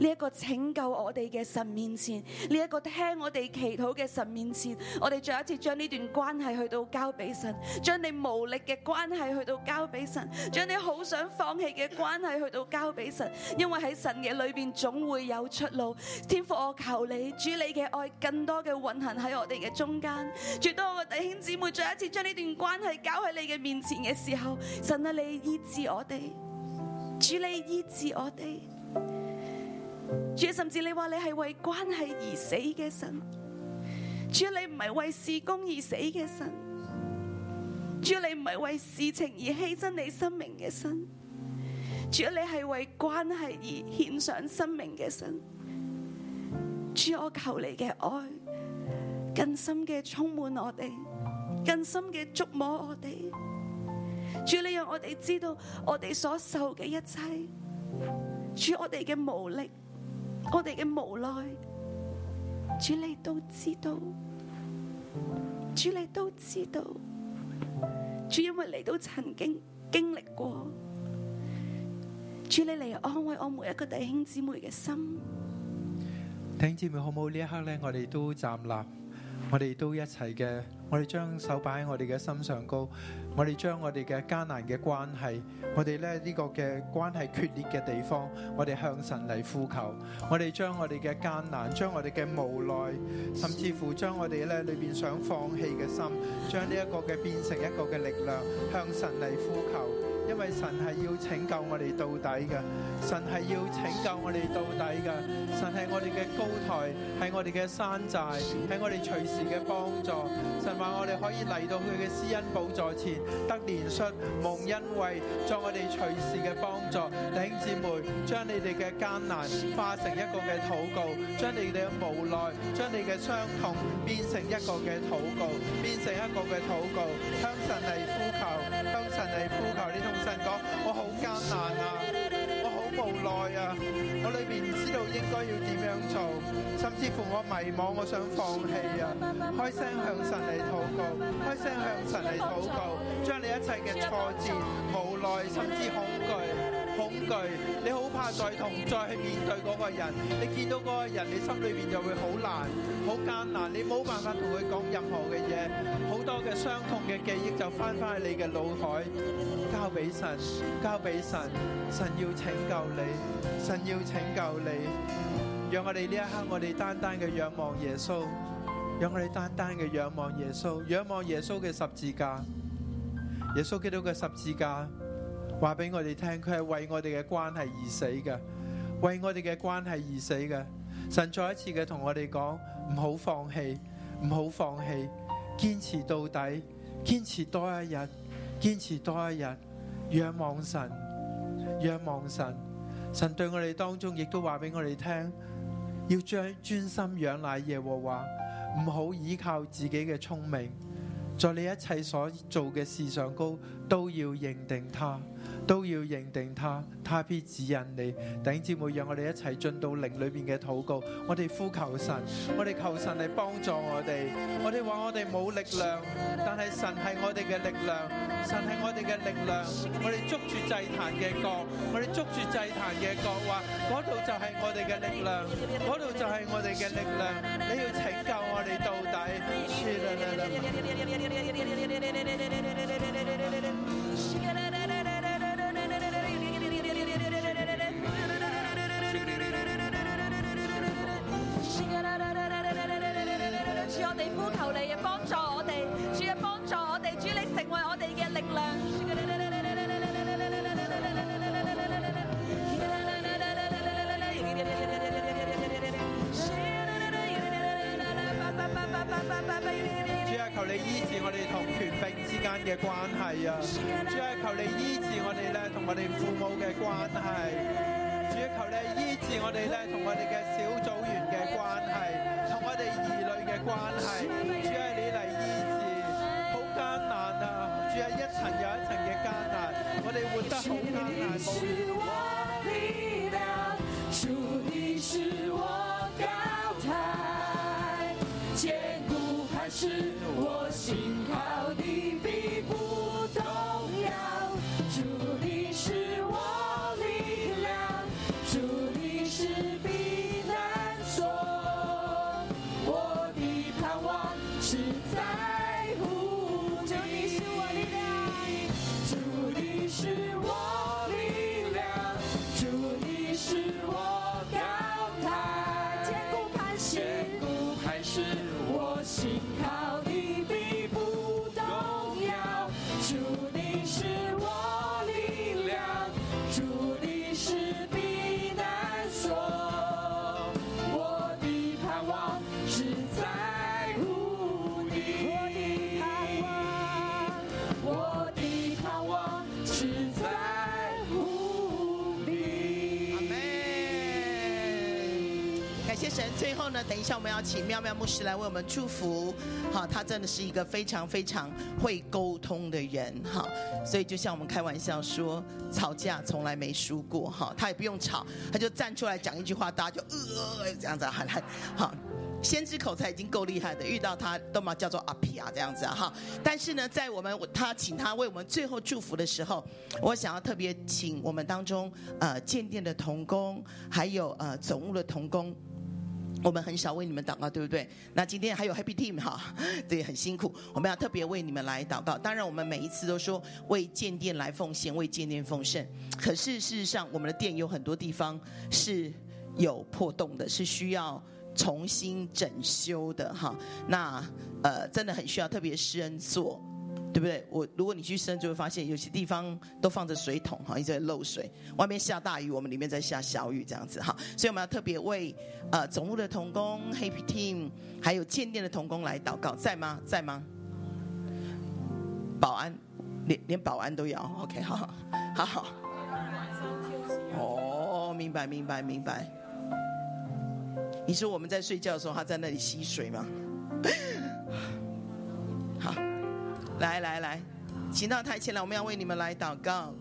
呢一個拯救我哋嘅神面前，呢一個聽我哋祈禱嘅神面前，我哋再一次將呢段關係去到交俾神，將你無力嘅關係去到交俾神，將你好想放棄嘅關係去到交俾神，因為喺神嘅裏邊總會有出路。天父，我求你，主你嘅愛更多嘅運行喺我哋嘅中間。主，當我嘅弟兄姊妹再一次將呢段關係交喺你嘅面前嘅時候，神啊，你醫治我哋。主你醫治我哋，主甚至你話你係為關係而死嘅神，主你唔係為事工而死嘅神，主你唔係為事情而犧牲你生命嘅神，主啊，你系为关系而献上生命嘅神。主啊，我求你嘅爱，更深嘅充满我哋，更深嘅触摸我哋。主，你让我哋知道我哋所受嘅一切，主我哋嘅无力，我哋嘅无奈，主你都知道，主你都知道，主因为你都曾经经历过。主你嚟安慰我每一个弟兄姊妹嘅心，
弟兄姊妹好唔好？呢一刻呢，我哋都站立，我哋都一齊嘅，我哋將手擺喺我哋嘅心上高，我哋將我哋嘅艱難嘅關係，我哋咧呢個嘅關係決裂嘅地方，我哋向神嚟呼求，我哋將我哋嘅艱難，將我哋嘅無奈，甚至乎將我哋咧裏边想放棄嘅心，將呢一個嘅變成一個嘅力量，向神嚟呼求。因為神係要拯救我哋到底嘅，神係要拯救我哋到底嘅，神係我哋嘅高台，係我哋嘅山寨，係我哋隨時嘅幫助。神話我哋可以嚟到佢嘅施恩寶座前，得憐恤、蒙恩惠，作我哋隨時嘅幫助。弟兄姊妹，將你哋嘅艱難化成一個嘅禱告，將你哋嘅無奈，將你嘅傷痛變成一個嘅禱告，變成一個嘅禱告，向神嚟呼求，向神嚟呼求。你同神講：我好艱難啊，我好無奈啊，我裏邊唔知道應該要點樣做，甚至乎我迷惘，我想放棄啊！開聲向神嚟禱告，開聲向神嚟禱告，將你一切嘅挫折、無奈，甚至恐懼。恐懼，你好怕再同再去面對嗰個人，你見到嗰個人，你心裏邊就會好難、好艱難，你冇辦法同佢講任何嘅嘢，好多嘅傷痛嘅記憶就翻返去你嘅腦海，交俾神，交俾神，神要拯救你，神要拯救你，讓我哋呢一刻，我哋單單嘅仰望耶穌，讓我哋單單嘅仰望耶穌，仰望耶穌嘅十字架，耶穌基督嘅十字架。话俾我哋听，佢系为我哋嘅关系而死嘅，为我哋嘅关系而死嘅。神再一次嘅同我哋讲，唔好放弃，唔好放弃，坚持到底，坚持多一日，坚持多一日，仰望神，仰望神。神对我哋当中亦都话俾我哋听，要将专心仰赖耶和华，唔好依靠自己嘅聪明。在你一切所做嘅事上高，都要認定他，都要認定他，他必指引你。弟兄姊妹，讓我哋一齊進到靈裏邊嘅禱告，我哋呼求神，我哋求神嚟幫助我哋。我哋話我哋冇力量，但係神係我哋嘅力量，神係我哋嘅力量。我哋捉住祭壇嘅角，我哋捉住祭壇嘅角，話嗰度就係我哋嘅力量，嗰度就係我哋嘅力量。你要拯救我哋到底。
主，我哋呼求你啊，帮助我哋，主啊，帮助我哋，主你成为我哋嘅力量。
主啊，求你醫治我哋同權柄之間嘅關係啊！主啊，求你醫治我哋咧同我哋父母嘅關係。主啊，求你醫治我哋咧同我哋嘅小組員嘅關係，同我哋兒女嘅關係。主啊，你嚟醫治，好艱難啊！主啊，一層又一層嘅艱難，我哋活得好艱難，冇
是我力量，主你是我高台，坚固磐石，我心靠你必不动摇。主你是我力量，主你是避难
感谢神。最后呢，等一下我们要请妙妙牧师来为我们祝福。好，他真的是一个非常非常会沟通的人。哈，所以就像我们开玩笑说，吵架从来没输过。哈，他也不用吵，他就站出来讲一句话，大家就呃这样子啊，很很好。先知口才已经够厉害的，遇到他都嘛叫做阿皮啊这样子啊哈。但是呢，在我们他请他为我们最后祝福的时候，我想要特别请我们当中呃建店的童工，还有呃总务的童工。我们很少为你们祷告，对不对？那今天还有 Happy Team 哈， 这也很辛苦。我们要特别为你们来祷告。当然，我们每一次都说为建店来奉献，为建店奉献。可是事实上，我们的店有很多地方是有破洞的，是需要重新整修的哈。那呃，真的很需要，特别施恩座，对不对？我如果你去深圳，就会发现有些地方都放着水桶哈，一直在漏水。外面下大雨，我们里面在下小雨这样子哈。所以我们要特别为呃总务的童工、Happy Team 还有建店的童工来祷告，在吗？在吗？保安，连连保安都要 OK，好好好好。哦，明白明白明白。你说我们在睡觉的时候，他在那里吸水吗？ 好，来来来，请到台前来，我们要为你们来祷告。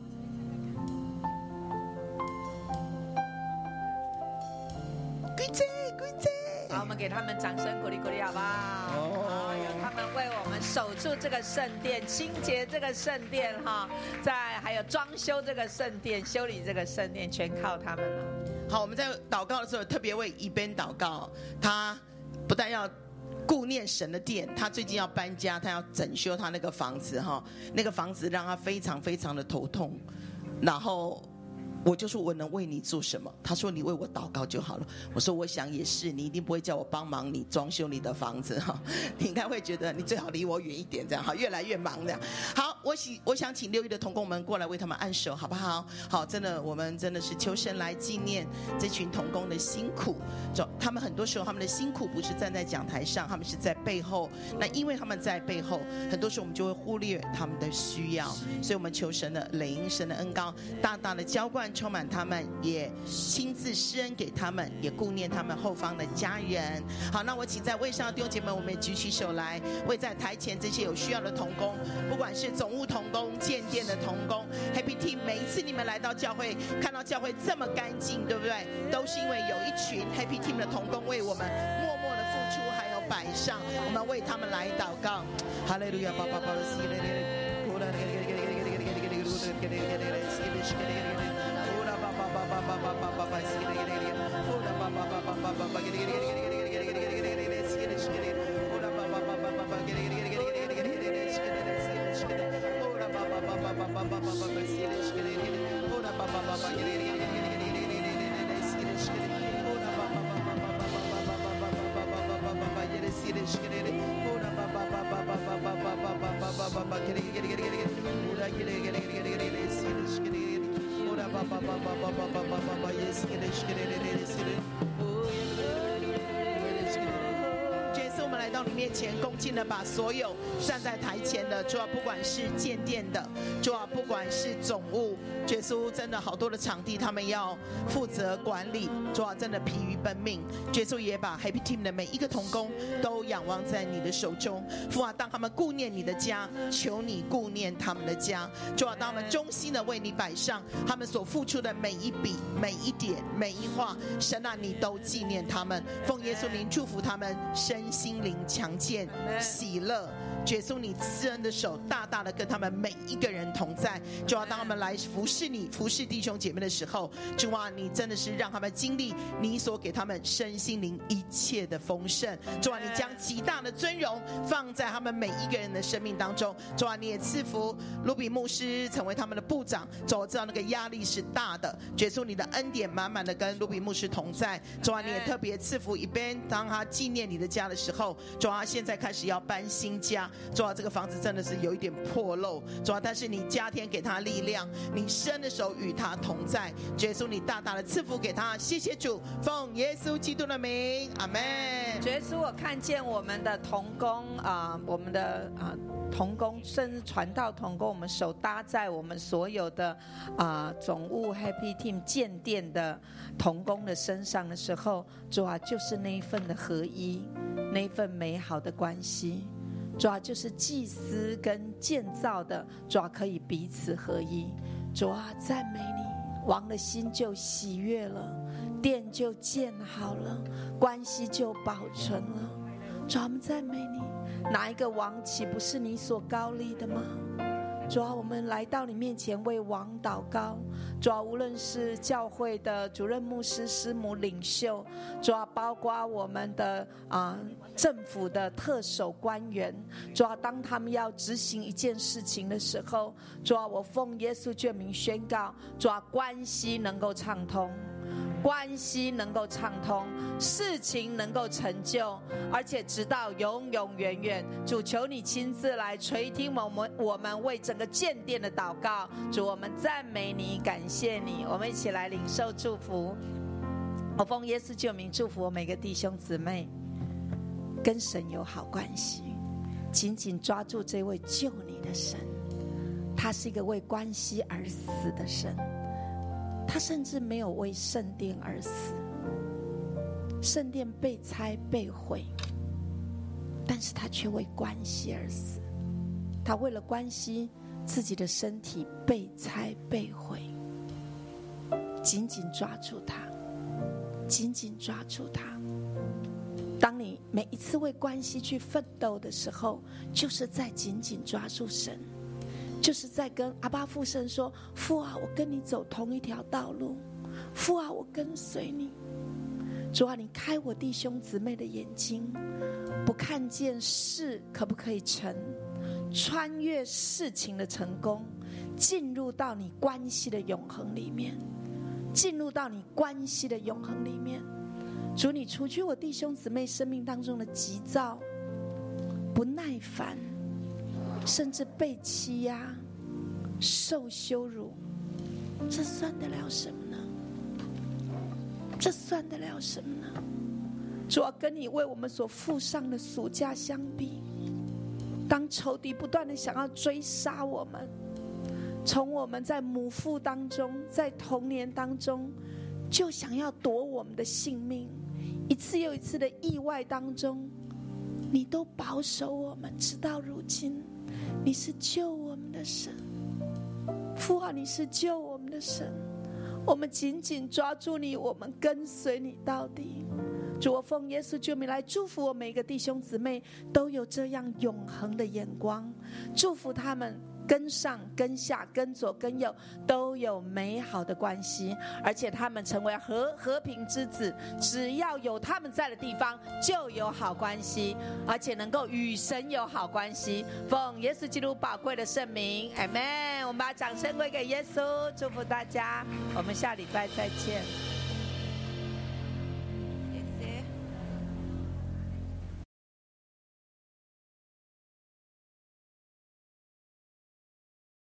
跪姐，跪姐。
好，我们给他们掌声鼓励鼓励，好不好？好，让他们为我们守住这个圣殿，清洁这个圣殿哈，在还有装修这个圣殿、修理这个圣殿，全靠他们了。
好，我们在祷告的时候特别为一边祷告，他不但要顾念神的殿，他最近要搬家，他要整修他那个房子哈，那个房子让他非常非常的头痛。然后我就说我能为你做什么？他说你为我祷告就好了。我说我想也是，你一定不会叫我帮忙你装修你的房子哈， 你应该会觉得你最好离我远一点这样哈，越来越忙这样。好，我喜我想请六一的同工们过来为他们按手好不好？好，真的我们真的是求神来纪念这群童工的辛苦。就他们很多时候他们的辛苦不是站在讲台上，他们是在背后。那因为他们在背后，很多时候我们就会忽略他们的需要，所以我们求神的灵、神的恩高，大大的浇灌、充满他们，也亲自施恩给他们，也顾念他们后方的家人。好，那我请在位上的弟兄姐妹，我们也举起手来，为在台前这些有需要的童工，不管是总务童工、建店的童工、Happy Team，每一次你们来到教会，看到教会这么干净，对不对？都是因为有一群 Happy Team 的童工为我们默默的付出，还有摆上，我们为他们来祷告。哈利路亚，巴巴巴西勒勒呼啦勒勒勒勒勒勒勒勒勒勒勒勒勒勒西勒西勒勒勒呼啦巴巴巴巴巴巴巴巴巴西勒勒勒勒呼啦巴巴巴巴巴巴巴勒勒勒勒勒勒勒勒勒勒勒西勒西勒呼啦巴巴巴巴巴巴勒勒勒勒勒勒勒勒西勒西勒西勒呼啦巴巴巴巴巴巴巴巴巴西勒西勒呼啦巴巴巴巴勒勒勒勒勒勒勒勒西勒西勒呼啦巴巴巴巴巴巴巴巴巴巴巴巴巴巴巴耶勒西勒西勒呼啦巴巴巴巴巴巴巴巴巴巴巴巴巴耶勒耶勒耶勒耶勒呼啦耶勒耶勒耶勒耶勒西勒西勒呼啦巴巴巴巴巴巴巴巴巴耶西勒西勒耶勒西勒呼耶勒耶勒西勒。这一次我们来到你面前，恭敬的把所有站在台前的，主要不管是建店的，主要不管是总务，耶稣真的好多的场地，他们要负责管理，主要真的疲于奔命。耶稣也把 Happy Team 的每一个童工都仰望在你的手中，父啊，当他们顾念你的家，求你顾念他们的家，主啊，当他们忠心的为你摆上他们所付出的每一笔、每一点、每一画，神啊，你都纪念他们，奉耶稣名祝福他们身心灵强健、喜乐。耶稣，你慈恩的手大大的跟他们每一个人同在。主啊，当他们来服侍你、服侍弟兄姐妹的时候，主啊，你真的是让他们经历你所给他们身心灵一切的丰盛。主啊，你将极大的尊荣放在他们每一个人的生命当中。主啊，你也赐福卢比牧师成为他们的部长。主啊，我知道那个压力是大的。耶稣，你的恩典满满的跟卢比牧师同在。主啊，你也特别赐福一边，当他纪念你的家的时候，主啊，现在开始要搬新家。主啊，这个房子真的是有一点破漏。主啊，但是你加添给他力量，你伸的手与他同在。主耶稣，你大大的赐福给他，谢谢主，奉耶稣基督的名，阿门。
主耶稣，我看见我们的童工啊、我们的啊、童工，甚至传道童工，我们手搭在我们所有的啊、总务 Happy Team 建店的童工的身上的时候，主啊，就是那一份的合一，那一份美好的关系。主啊，就是祭司跟建造的，主啊，可以彼此合一。主啊，赞美你，王的心就喜悦了，殿就建好了，关系就保存了。主啊，我们赞美你。哪一个王岂不是你所高立的吗？主啊，我们来到你面前为王祷告。主啊，无论是教会的主任牧师、师母、领袖，主啊，包括我们的啊、政府的特首官员，主啊，当他们要执行一件事情的时候，主啊，我奉耶稣之名宣告，主啊，关系能够畅通。关系能够畅通，事情能够成就，而且直到永永远远。主求你亲自来垂听我们我们为整个建殿的祷告。主，我们赞美你，感谢你。我们一起来领受祝福。我奉耶稣救名祝福我每个弟兄姊妹，跟神有好关系，紧紧抓住这位救你的神。他是一个为关系而死的神。他甚至没有为圣殿而死，圣殿被拆被毁，但是他却为关系而死。他为了关系，自己的身体被拆被毁。紧紧抓住他，紧紧抓住他。当你每一次为关系去奋斗的时候，就是在紧紧抓住神。就是在跟阿爸父神说：“父啊，我跟你走同一条道路，父啊，我跟随你。主啊，你开我弟兄姊妹的眼睛，不看见事可不可以成，穿越事情的成功，进入到你关系的永恒里面，进入到你关系的永恒里面。主，你除去我弟兄姊妹生命当中的急躁、不耐烦。”甚至被欺压、受羞辱，这算得了什么呢？这算得了什么呢？主要跟你为我们所付上的暑假相比，当仇敌不断的想要追杀我们，从我们在母腹当中，在童年当中，就想要夺我们的性命，一次又一次的意外当中，你都保守我们，直到如今。你是救我们的神，父啊，你是救我们的神，我们紧紧抓住你，我们跟随你到底。主，我奉耶稣救名来祝福我每一个弟兄姊妹都有这样永恒的眼光，祝福他们。跟上、跟下、跟左、跟右都有美好的关系，而且他们成为和和平之子，只要有他们在的地方就有好关系，而且能够与神有好关系。奉耶稣基督宝贵的圣名，Amen。我们把掌声归给耶稣，祝福大家。我们下礼拜再见。